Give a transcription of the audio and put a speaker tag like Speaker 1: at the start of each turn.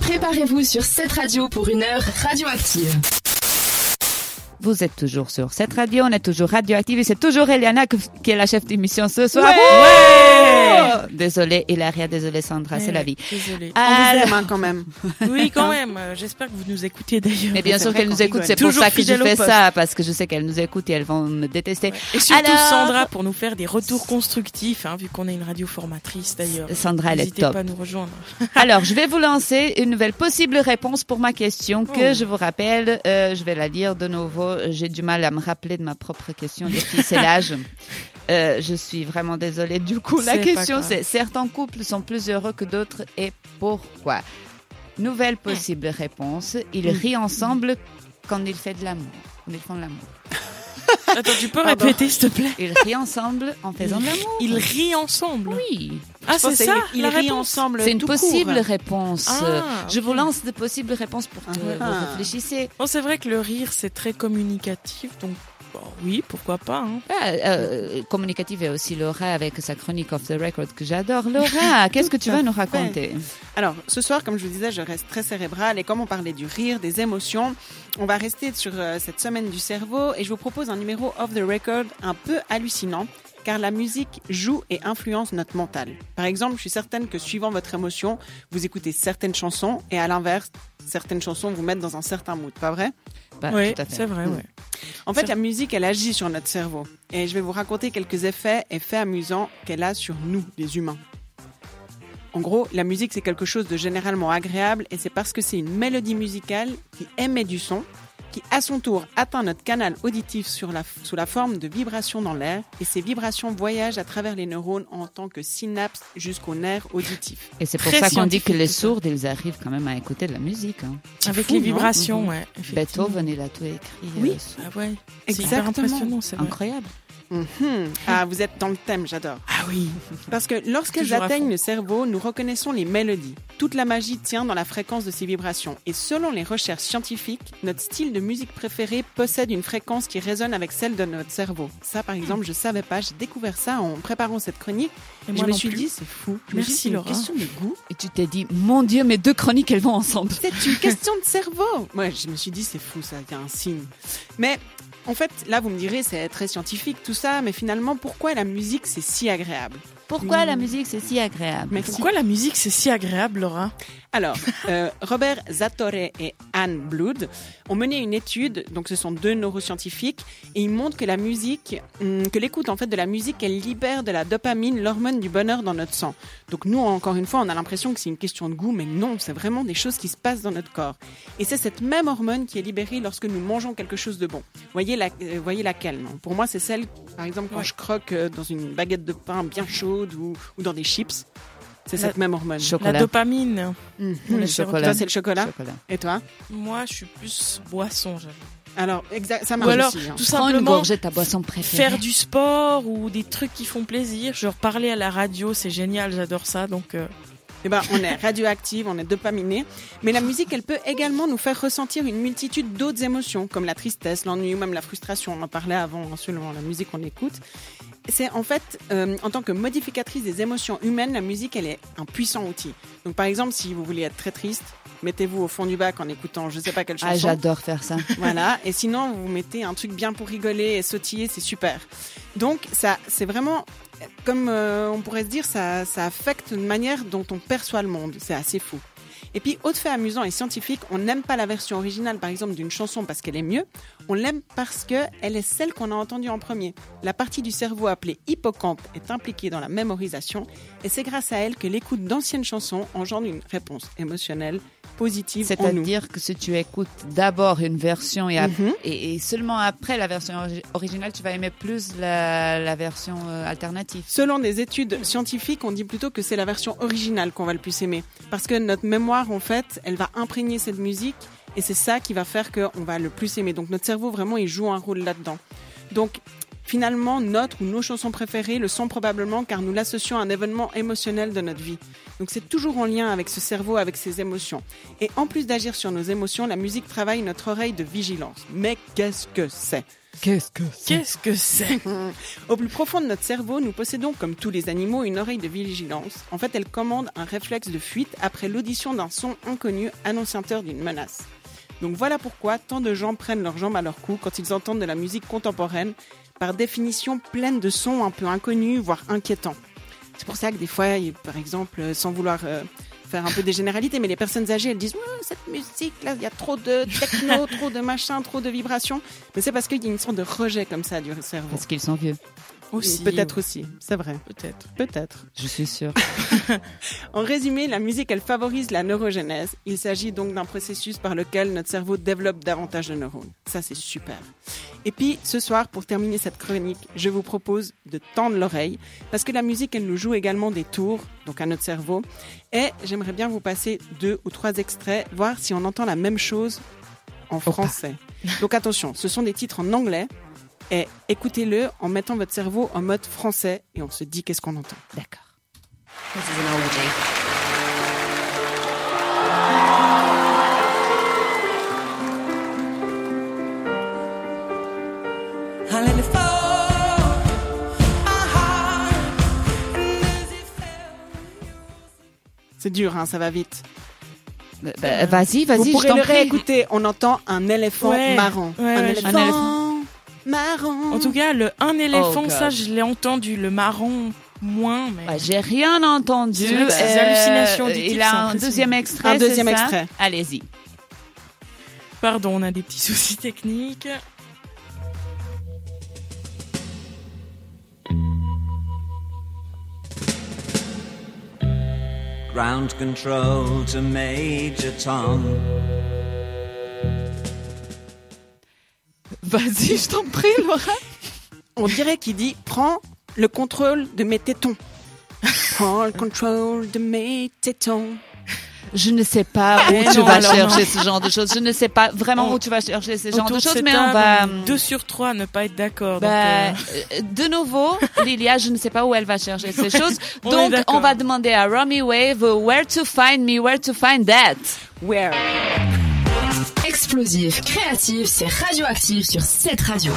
Speaker 1: Préparez-vous sur cette radio pour une heure radioactive.
Speaker 2: Vous êtes toujours sur cette radio, on est toujours radioactive et c'est toujours Eliana que- qui est la chef d'émission ce soir. Ouais désolée Hilaria, désolée Sandra,
Speaker 3: Eh,
Speaker 2: c'est la vie. Ah.
Speaker 3: Désolée.
Speaker 2: Alors-
Speaker 4: main quand même.
Speaker 3: Oui, quand même. Euh, J'espère que vous nous écoutez d'ailleurs.
Speaker 2: mais bien
Speaker 4: C'est
Speaker 2: sûr
Speaker 4: vrai
Speaker 2: qu'elle
Speaker 4: qu'on
Speaker 2: nous écoute,
Speaker 4: rigole.
Speaker 2: c'est pour
Speaker 3: Toujours
Speaker 2: ça que je
Speaker 3: fidèle au
Speaker 2: fais
Speaker 3: poste.
Speaker 2: ça, parce que je sais qu'elles nous écoutent et elles vont me détester.
Speaker 3: Et surtout
Speaker 2: Alors-
Speaker 3: Sandra pour nous faire des retours constructifs, hein, vu qu'on est une radio formatrice d'ailleurs.
Speaker 2: Sandra, elle est
Speaker 3: N'hésitez
Speaker 2: top.
Speaker 3: pas à nous rejoindre.
Speaker 2: Alors, je vais vous lancer une nouvelle possible réponse pour ma question
Speaker 3: Oh.
Speaker 2: que je vous rappelle. Euh, je vais la lire de nouveau. J'ai du mal à me rappeler de ma propre question depuis c'est l'âge. Euh, je suis vraiment désolée. Du coup, la
Speaker 3: C'est pas
Speaker 2: question
Speaker 3: grave.
Speaker 2: c'est certains couples sont plus heureux que d'autres et pourquoi Nouvelle
Speaker 3: Hmm.
Speaker 2: possible réponse. Ils rient ensemble quand ils font de l'amour. Quand ils font de l'amour.
Speaker 3: Attends, tu peux répéter s'il te plaît
Speaker 2: Ils rient ensemble en faisant de l'amour.
Speaker 3: Ils rient ensemble.
Speaker 2: Oui.
Speaker 3: Ah,
Speaker 4: Je pense
Speaker 3: c'est
Speaker 4: que
Speaker 3: ça
Speaker 4: Ils
Speaker 3: la
Speaker 4: rient
Speaker 3: réponse
Speaker 4: ensemble.
Speaker 2: C'est une
Speaker 4: tout court.
Speaker 2: possible réponse.
Speaker 3: Ah,
Speaker 2: Euh, Je
Speaker 3: ok.
Speaker 2: vous lance des possibles réponses pour que
Speaker 4: Ah.
Speaker 2: vous réfléchissez.
Speaker 3: Bon, c'est vrai que le rire, c'est très communicatif, donc bon, oui, pourquoi pas. hein.
Speaker 2: Ah, euh, communicative et aussi Laura avec sa chronique off the record que j'adore. Laura, qu'est-ce que tu
Speaker 4: Tout à
Speaker 2: vas nous
Speaker 4: fait.
Speaker 2: raconter
Speaker 4: Alors, ce soir, comme je vous disais, je reste très cérébrale et comme on parlait du rire, des émotions, on va rester sur euh, cette semaine du cerveau et je vous propose un numéro off the record un peu hallucinant car la musique joue et influence notre mental. Par exemple, je suis certaine que suivant votre émotion, vous écoutez certaines chansons et à l'inverse, certaines chansons vous mettent dans un certain mood, pas vrai
Speaker 2: Bah,
Speaker 3: oui,
Speaker 2: tout à fait.
Speaker 3: c'est vrai.
Speaker 4: Mm.
Speaker 3: ouais.
Speaker 4: En fait, la musique, elle agit sur notre cerveau. Et je vais vous raconter quelques effets et faits amusants qu'elle a sur nous, les humains. En gros, la musique, c'est quelque chose de généralement agréable et c'est parce que c'est une mélodie musicale qui émet du son, qui à son tour atteint notre canal auditif sur la- sous la forme de vibrations dans l'air et ces vibrations voyagent à travers les neurones en tant que synapses jusqu'au nerf auditif.
Speaker 2: Et c'est pour
Speaker 3: Très
Speaker 2: ça qu'on dit
Speaker 3: scientifique,
Speaker 2: que les
Speaker 3: tout ça.
Speaker 2: sourds, ils arrivent quand même à écouter de la musique. hein.
Speaker 3: Avec
Speaker 4: fou,
Speaker 3: les
Speaker 4: non
Speaker 3: vibrations, ouais. effectivement.
Speaker 2: Mm-hmm. Beethoven, il a tout écrit. euh,
Speaker 4: Oui.
Speaker 2: sous-
Speaker 3: Ah ouais, c'est hyper
Speaker 4: Exactement.
Speaker 3: impressionnant, c'est vrai.
Speaker 2: Incroyable.
Speaker 4: Mhm. Ah, vous êtes dans le thème, j'adore.
Speaker 3: Ah oui,
Speaker 4: Parce que lorsqu'elles
Speaker 3: Toujours à
Speaker 4: atteignent
Speaker 3: fond.
Speaker 4: le cerveau, nous reconnaissons les mélodies. Toute la magie tient dans la fréquence de ces vibrations. Et selon les recherches scientifiques, notre style de musique préféré possède une fréquence qui résonne avec celle de notre cerveau. Ça, par exemple, je savais pas. J'ai découvert ça en préparant cette chronique.
Speaker 3: Et
Speaker 4: Et
Speaker 3: moi
Speaker 4: je me
Speaker 3: non
Speaker 4: suis
Speaker 3: plus.
Speaker 4: dit, c'est fou. Je me
Speaker 3: Merci,
Speaker 4: suis dit, c'est une
Speaker 3: Laura.
Speaker 4: question de goût.
Speaker 2: Et tu t'es dit, mon Dieu, mes deux chroniques, elles vont ensemble.
Speaker 4: C'est une question de cerveau. Moi, je me suis dit, c'est fou, ça, il y a un signe. Mais en fait, là, vous me direz, c'est très scientifique tout ça, mais finalement, pourquoi la musique, c'est si agréable
Speaker 2: Pourquoi la musique, c'est si agréable
Speaker 4: Merci.
Speaker 3: pourquoi la musique c'est si agréable, Laura
Speaker 4: Alors, euh, Robert Zatorre et Anne Blood ont mené une étude, donc ce sont deux neuroscientifiques, et ils montrent que la musique, hum, que l'écoute en fait de la musique, elle libère de la dopamine, l'hormone du bonheur dans notre sang. Donc nous, encore une fois, on a l'impression que c'est une question de goût, mais non, c'est vraiment des choses qui se passent dans notre corps. Et c'est cette même hormone qui est libérée lorsque nous mangeons quelque chose de bon. Voyez, la, euh, voyez laquelle non Pour moi, c'est celle, par exemple, quand
Speaker 3: Ouais.
Speaker 4: je croque euh, dans une baguette de pain bien chaude ou, ou dans des chips. C'est
Speaker 3: La- Mm.
Speaker 4: cette même hormone.
Speaker 2: Chocolat.
Speaker 3: La dopamine.
Speaker 4: Mhm.
Speaker 2: Le
Speaker 4: Toi,
Speaker 2: chocolat.
Speaker 4: c'est le chocolat.
Speaker 2: Chocolat.
Speaker 4: Et toi
Speaker 3: Moi, je suis plus boisson, j'avoue.
Speaker 4: Alors, exact, ça
Speaker 3: Ou
Speaker 4: marche
Speaker 3: alors,
Speaker 4: aussi. hein.
Speaker 3: tout
Speaker 2: Prends une
Speaker 3: simplement,
Speaker 2: gorgée de ta boisson préférée.
Speaker 3: faire du sport ou des trucs qui font plaisir. Genre parler à la radio, c'est génial, j'adore ça. Donc euh,
Speaker 4: Eh ben, on est radioactive, on est dopaminé. Mais la musique, elle peut également nous faire ressentir une multitude d'autres émotions, comme la tristesse, l'ennui ou même la frustration. On en parlait avant, hein, selon la musique qu'on écoute. C'est en fait, euh, en tant que modificatrice des émotions humaines, la musique, elle est un puissant outil. Donc, par exemple, si vous voulez être très triste, mettez-vous au fond du bac en écoutant je sais pas quelle
Speaker 2: Ah,
Speaker 4: chanson.
Speaker 2: j'adore faire ça.
Speaker 4: Voilà. Et sinon, vous mettez un truc bien pour rigoler et sautiller, c'est super. Donc, ça, c'est vraiment, comme euh, on pourrait se dire, ça, ça affecte une manière dont on perçoit le monde. C'est assez fou. Et puis, autre fait amusant et scientifique, on n'aime pas la version originale, par exemple, d'une chanson parce qu'elle est mieux. On l'aime parce que elle est celle qu'on a entendue en premier. La partie du cerveau appelée hippocampe est impliquée dans la mémorisation et c'est grâce à elle que l'écoute d'anciennes chansons engendre une réponse émotionnelle positive en nous.
Speaker 2: C'est-à-dire que si tu écoutes d'abord une version et, ap-
Speaker 4: Mhm.
Speaker 2: et, et seulement après la version orgi- originale, tu vas aimer plus la, la version euh, alternative.
Speaker 4: Selon des études scientifiques, on dit plutôt que c'est la version originale qu'on va le plus aimer. Parce que notre mémoire, en fait, elle va imprégner cette musique et c'est ça qui va faire qu'on va le plus aimer. Donc notre cerveau, vraiment, il joue un rôle là-dedans. Donc finalement, notre ou nos chansons préférées le sont probablement car nous l'associons à un événement émotionnel de notre vie. Donc c'est toujours en lien avec ce cerveau, avec ses émotions. Et en plus d'agir sur nos émotions, la musique travaille notre oreille de vigilance. Mais qu'est-ce que c'est
Speaker 2: Qu'est-ce que c'est
Speaker 3: Qu'est-ce que c'est
Speaker 4: Au plus profond de notre cerveau, nous possédons, comme tous les animaux, une oreille de vigilance. En fait, elle commande un réflexe de fuite après l'audition d'un son inconnu annonciateur d'une menace. Donc voilà pourquoi tant de gens prennent leurs jambes à leur cou quand ils entendent de la musique contemporaine, par définition pleine de sons un peu inconnus, voire inquiétants. C'est pour ça que des fois, il- par exemple, euh, sans vouloir euh, faire un peu des généralités, mais les personnes âgées, elles disent Ouais, cette musique là, il y a trop de techno, trop de machin, trop de vibrations. Mais c'est parce qu'il y a une sorte de rejet comme ça du cerveau.
Speaker 2: Parce qu'ils sont vieux,
Speaker 3: Aussi.
Speaker 4: Peut-être aussi, c'est vrai,
Speaker 3: Peut-être.
Speaker 4: peut-être.
Speaker 2: je suis sûre.
Speaker 4: En résumé, la musique, elle favorise la neurogenèse. Il s'agit donc d'un processus par lequel notre cerveau développe davantage de neurones. Ça, c'est super. Et puis, ce soir, pour terminer cette chronique, je vous propose de tendre l'oreille, parce que la musique, elle nous joue également des tours, donc à notre cerveau. Et j'aimerais bien vous passer deux ou trois extraits, voir si on entend la même chose en français. Donc attention, ce sont des titres en anglais. Et écoutez-le en mettant votre cerveau en mode français et on se dit qu'est-ce qu'on entend.
Speaker 2: D'accord.
Speaker 5: This is an oldie. I let it fall. My heart. And as it fell.
Speaker 4: C'est dur, hein, ça va vite.
Speaker 2: Euh, bah, vas-y,
Speaker 4: Vous
Speaker 2: vas-y, je
Speaker 4: pourrez
Speaker 2: t'en
Speaker 4: le
Speaker 2: prie.
Speaker 4: réécouter. On entend un éléphant
Speaker 3: Ouais.
Speaker 4: marron.
Speaker 3: Ouais,
Speaker 4: un,
Speaker 3: ouais,
Speaker 4: éléphant
Speaker 2: un éléphant.
Speaker 4: marron.
Speaker 3: En tout cas, le un éléphant,
Speaker 2: Oh, God.
Speaker 3: ça, je l'ai entendu. Le marron, moins, mais.
Speaker 2: Bah, j'ai rien entendu. Euh,
Speaker 3: C'est vrai que ces hallucinations auditives,
Speaker 2: Il
Speaker 3: c'est
Speaker 2: a un
Speaker 3: impressionnant.
Speaker 2: deuxième extrait.
Speaker 4: Un
Speaker 2: c'est
Speaker 4: deuxième
Speaker 2: ça
Speaker 4: extrait.
Speaker 2: Allez-y.
Speaker 3: Pardon, on a des petits soucis techniques.
Speaker 6: Ground control to Major Tom.
Speaker 2: Vas-y, je t'en prie, Laura.
Speaker 4: On dirait qu'il dit prends le contrôle de mes tétons. Prends le contrôle de mes tétons.
Speaker 2: Je ne sais pas où
Speaker 3: Eh
Speaker 2: tu
Speaker 3: non,
Speaker 2: vas
Speaker 3: alors
Speaker 2: chercher ce genre de choses. Je ne sais pas vraiment
Speaker 3: On-
Speaker 2: où tu vas chercher ce genre
Speaker 3: Autour
Speaker 2: de
Speaker 3: de
Speaker 2: choses,
Speaker 3: cette
Speaker 2: mais on
Speaker 3: table, euh,
Speaker 2: va. hum,
Speaker 3: est Deux sur trois à ne pas être d'accord. donc,
Speaker 2: Bah,
Speaker 3: euh,
Speaker 2: euh, de nouveau, Lilia, je ne sais pas où elle va chercher ces choses.
Speaker 3: on est
Speaker 2: Donc,
Speaker 3: d'accord.
Speaker 2: on va demander à Romy Wave euh, where to find me, where to find that.
Speaker 4: Where?
Speaker 1: Explosif, créatif, c'est radioactif sur cette radio.